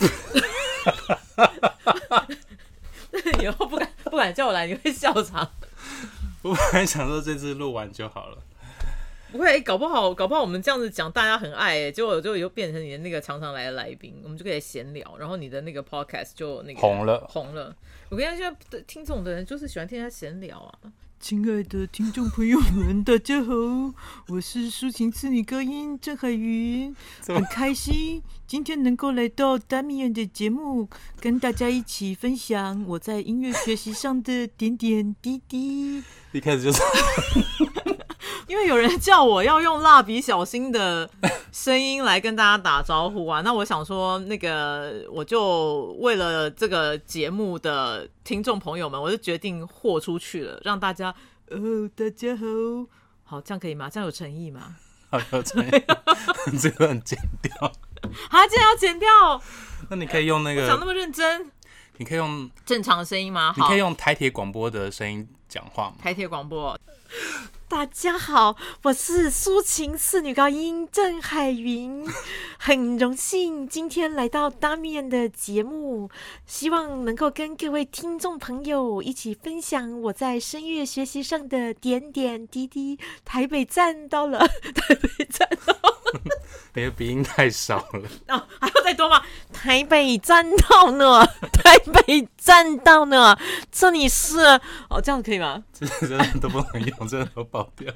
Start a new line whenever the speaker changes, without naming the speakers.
以后不敢不敢叫我来，你会笑场。
我本来想说这次录完就好了，
不会、哎搞不好搞不好我们这样子讲，大家很爱、欸，结果就又变成你的那个常常来的来宾，我们就可以闲聊，然后你的那个 podcast 就那个
红了
红了。我跟你讲，现在听这种的人就是喜欢听人家闲聊啊。
亲爱的听众朋友们，大家好，我是抒情次女高音郑海云，
怎么
很开心今天能够来到达米恩的节目，跟大家一起分享我在音乐学习上的点点滴滴。
一开始就是
因为有
有
人
人叫我要用蜡笔小新的声音来跟大家打招呼啊，那我想说，那个我就为了这个节目的听众朋友们，我就决定豁出去了，让大家
哦，大家好，
好，这样可以吗？这样有诚意吗？
好有这样， 这个很剪掉。
啊，这样要剪掉，
那你可以用那
讲那
个，
么认真，
你可以用，
正常声音吗？
你
好
可以，用台铁广播的声音讲话吗？
台铁广播，
大家好，我是抒情次女高音郑海云，很荣幸今天来到达米恩的节目，希望能够跟各位听众朋友一起分享我在声乐学习上的点点滴滴。台北站到了， 台北站到了，
你的鼻音太少了，
哦，还要再多吗？
台北站到了， 台北站到了，这里是
哦，这样可以吗？
这真的都不能用，真的都爆掉。